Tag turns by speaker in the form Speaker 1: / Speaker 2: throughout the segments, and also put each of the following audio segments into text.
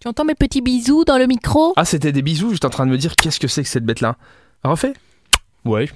Speaker 1: Tu entends mes petits bisous dans le micro
Speaker 2: Ah, c'était des bisous, j'étais en train de me dire qu'est-ce que c'est que cette bête-là. Refait Ouais,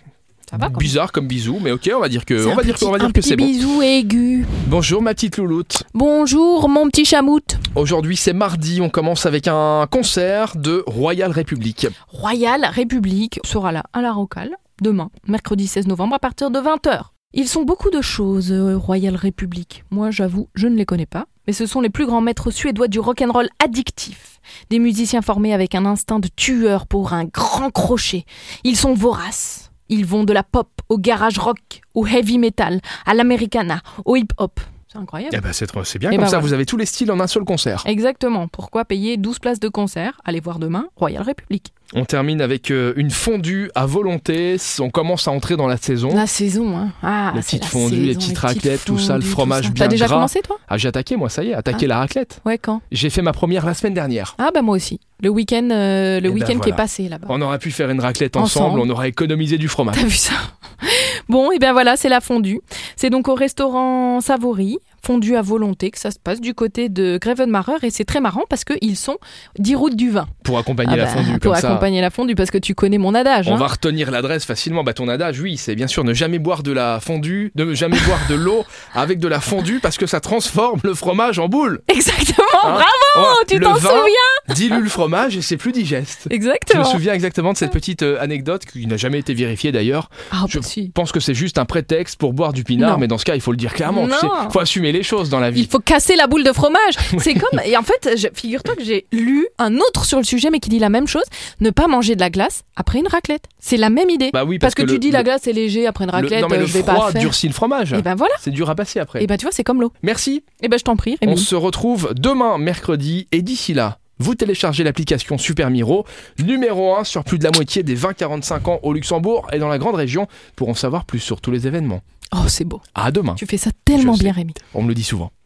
Speaker 1: Ça va Ah bah, quand même.
Speaker 2: bizarre comme bisou, mais ok, on va dire que,
Speaker 1: C'est
Speaker 2: euh, on
Speaker 1: un
Speaker 2: va dire
Speaker 1: petit-
Speaker 2: que, on va dire
Speaker 1: un
Speaker 2: que
Speaker 1: petit
Speaker 2: c'est bon.
Speaker 1: bisou aigu.
Speaker 2: Bonjour ma petite louloute.
Speaker 1: Bonjour mon petit chamout.
Speaker 2: Aujourd'hui c'est mardi, on commence avec un concert de Royal République.
Speaker 1: Royal République sera là à la Rocale demain, mercredi 16 novembre à partir de 20h. Ils sont beaucoup de choses, euh, Royal République. Moi, j'avoue, je ne les connais pas, mais ce sont les plus grands maîtres suédois du rock'n'roll addictif. Des musiciens formés avec un instinct de tueur pour un grand crochet. Ils sont voraces. Ils vont de la pop au garage rock, au heavy metal, à l'americana, au hip-hop. C'est incroyable.
Speaker 2: Eh ben c'est trop- c'est bien,
Speaker 1: Eh
Speaker 2: comme
Speaker 1: ben
Speaker 2: ça
Speaker 1: voilà.
Speaker 2: vous avez tous les styles en un seul concert.
Speaker 1: Exactement. Pourquoi payer 12 places de concert Allez voir demain Royal République.
Speaker 2: On termine avec euh, une fondue à volonté, on commence à entrer dans la saison.
Speaker 1: La saison, hein. Ah,
Speaker 2: Les
Speaker 1: c'est
Speaker 2: petites
Speaker 1: la
Speaker 2: fondues, les petites raclettes, tout ça, le
Speaker 1: fondues,
Speaker 2: fromage
Speaker 1: tout ça.
Speaker 2: bien
Speaker 1: T'as déjà
Speaker 2: gras.
Speaker 1: commencé, toi
Speaker 2: Ah j'ai attaqué moi, ça y est,
Speaker 1: Ah.
Speaker 2: attaqué la raclette.
Speaker 1: Ouais, quand
Speaker 2: J'ai fait ma première la semaine dernière.
Speaker 1: Ah, bah moi aussi. Le week-end euh, le
Speaker 2: Eh ben
Speaker 1: week-end qui est
Speaker 2: voilà.
Speaker 1: passé là-bas.
Speaker 2: On aurait pu faire une raclette ensemble,
Speaker 1: Ensemble.
Speaker 2: on aurait économisé du fromage.
Speaker 1: T'as vu ça Bon, et bien voilà, c'est la fondue. C'est donc au restaurant Savory, fondue à volonté, que ça se passe du côté de Grevenmacher. Et c'est très marrant parce qu'ils sont 10 routes du vin.
Speaker 2: Pour accompagner
Speaker 1: Ah
Speaker 2: la
Speaker 1: bah,
Speaker 2: fondue
Speaker 1: pour
Speaker 2: comme ça.
Speaker 1: accompagner la fondue, parce que tu connais mon adage.
Speaker 2: On
Speaker 1: hein.
Speaker 2: va retenir l'adresse facilement. Bah, ton adage, oui, c'est bien sûr ne jamais boire de la fondue, ne jamais boire de l'eau avec de la fondue parce que ça transforme le fromage en boule.
Speaker 1: Exactement,
Speaker 2: Hein
Speaker 1: bravo,
Speaker 2: Oh,
Speaker 1: tu
Speaker 2: le
Speaker 1: t'en
Speaker 2: vin
Speaker 1: souviens
Speaker 2: dilue le fromage et c'est plus digeste. Je me
Speaker 1: Exactement.
Speaker 2: souviens exactement de cette petite euh, anecdote qui n'a jamais été vérifiée d'ailleurs.
Speaker 1: Ah,
Speaker 2: Je-
Speaker 1: bah si.
Speaker 2: Je pense que c'est juste un prétexte pour boire du pinard,
Speaker 1: Non.
Speaker 2: mais dans ce cas, il faut le dire clairement. tu
Speaker 1: Non.
Speaker 2: sais. faut assumer les choses dans la vie.
Speaker 1: Il faut casser la boule de fromage. C'est comme. Et en fait, je- figure-toi que j'ai lu un autre sur le sujet, mais qui dit la même chose. Ne pas manger de la glace après une raclette. C'est la même idée.
Speaker 2: Bah oui,
Speaker 1: parce,
Speaker 2: parce,
Speaker 1: que, tu
Speaker 2: le-
Speaker 1: dis
Speaker 2: le-
Speaker 1: la glace est léger après une
Speaker 2: le-
Speaker 1: raclette,
Speaker 2: non, mais
Speaker 1: euh,
Speaker 2: le
Speaker 1: je vais
Speaker 2: froid
Speaker 1: pas faire.
Speaker 2: durcit le fromage.
Speaker 1: Et ben voilà.
Speaker 2: C'est dur à passer après.
Speaker 1: Et ben tu vois, c'est comme l'eau.
Speaker 2: Merci.
Speaker 1: Et ben je t'en prie,
Speaker 2: On
Speaker 1: Rémi.
Speaker 2: se retrouve demain mercredi et d'ici là, vous téléchargez l'application Super Miro, numéro 1 sur plus de la moitié des 20-45 ans au Luxembourg et dans la grande région pour en savoir plus sur tous les événements.
Speaker 1: Oh, c'est beau.
Speaker 2: À demain,
Speaker 1: Tu fais ça tellement
Speaker 2: Je sais.
Speaker 1: bien, Rémi.
Speaker 2: on me le dit souvent.